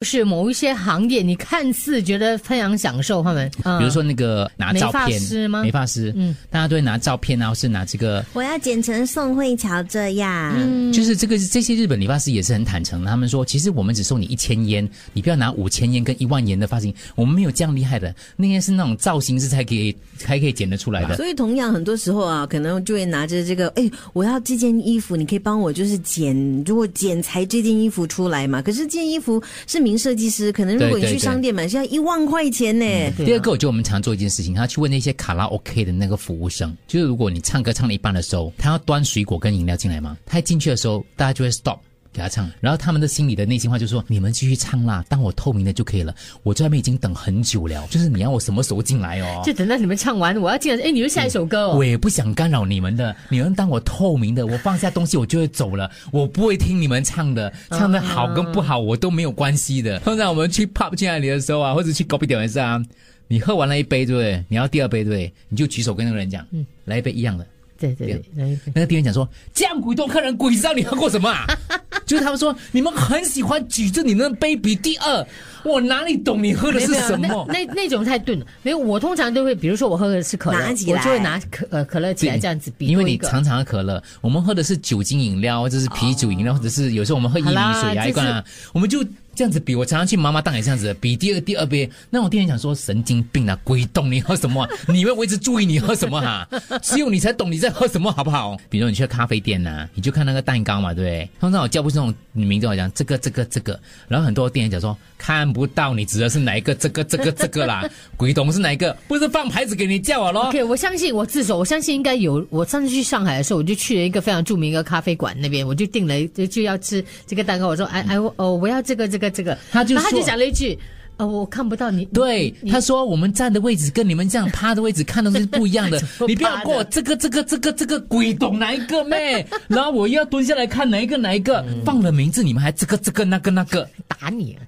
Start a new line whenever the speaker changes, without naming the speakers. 就是某一些行业，你看似觉得非常享受，他们，嗯
比如说那个拿照片，
美发师吗
美发师
嗯
大家都会拿照片啊，或是拿这个，
我要剪成宋慧乔这样。
嗯
就是这个这些日本理发师也是很坦诚的，他们说，其实我们只收你一千烟，你不要拿五千烟跟一万烟的发型，我们没有这样厉害的，那些是那种造型师才可以才可以剪得出来的。
所以同样很多时候啊，可能就会拿着这个，哎，我要这件衣服，你可以帮我就是剪，如果剪裁这件衣服出来嘛。可是这件衣服是名设计师，可能如果
对对
你去
对嗯
商店买，是要一万块钱呢。
第二个，我觉得我们常做一件事情，他去问那些卡拉 OK 的那个服务生，就是如果你唱歌唱了一半的时候，他要端水果跟饮料进来嘛，他一进去的时候，大家就会 stop。给他唱，然后他们的心里的内心话就说：“你们继续唱啦，当我透明的就可以了。我在外面已经等很久了，就是你要我什么时候进来哦？
就等到你们唱完，我要进来，哎，你们下一首歌哦
我。也不想干扰你们的，你们当我透明的，我放下东西我就会走了，我不会听你们唱的，唱的好跟不好我都没有关系的。通常我们去 pub 去那里的时候啊，或者去 g o p 点也是啊，你喝完了一杯对不对？你要第二杯对不对？你就举手跟那个人讲，来一杯一样的。
对对对，
那个店员讲说，这样鬼多客人鬼知道你喝过什么啊？ 就是他们说你们很喜欢举着你那杯比第二，我哪里懂你喝的是什
那
么？
那那种太钝了，没有。我通常都会，比如说我喝的是可乐，
拿起来
我就会拿可呃可乐起来
对
这样子比
因为
多
你
一个。
常常喝可乐，我们喝的是酒精饮料，或者是啤酒饮料，或者是有时候我们喝薏米
好
水
啦
啊一罐啊，我们就这样子比。我常常去妈妈档也这样子比第二第二杯，那我店员想说神经病啊，鬼懂你喝 什么啊、你以为我一直注意你喝什么哈、只有你才懂你在喝什么好不好？比如你去咖啡店呐、你就看那个蛋糕嘛，对不对？通常我叫不是那种名字，我讲这个这个这个，然后很多店员讲说看不到你指的是哪一个这个这个这个啦，鬼懂是哪一个？不是放牌子给你叫我啊咯。
OK，我相信我自首，我相信应该有。我上次去上海的时候，我就去了一个非常著名的咖啡馆那边，我就订了一就就要吃这个蛋糕。我说，哎哎，我哦，我要这个这个这个。
嗯他就
然后他就
说
讲了一句，呃，我看不到你。
对，
你
他说我们站的位置跟你们这样趴的位置看的是不一 样的
么趴，的
你不要给我这个这个这个这个鬼懂哪一个咩？然后我又要
嗯
蹲下来看哪一个哪一个，放了名字你们还这个这个那个那个。
打你啊。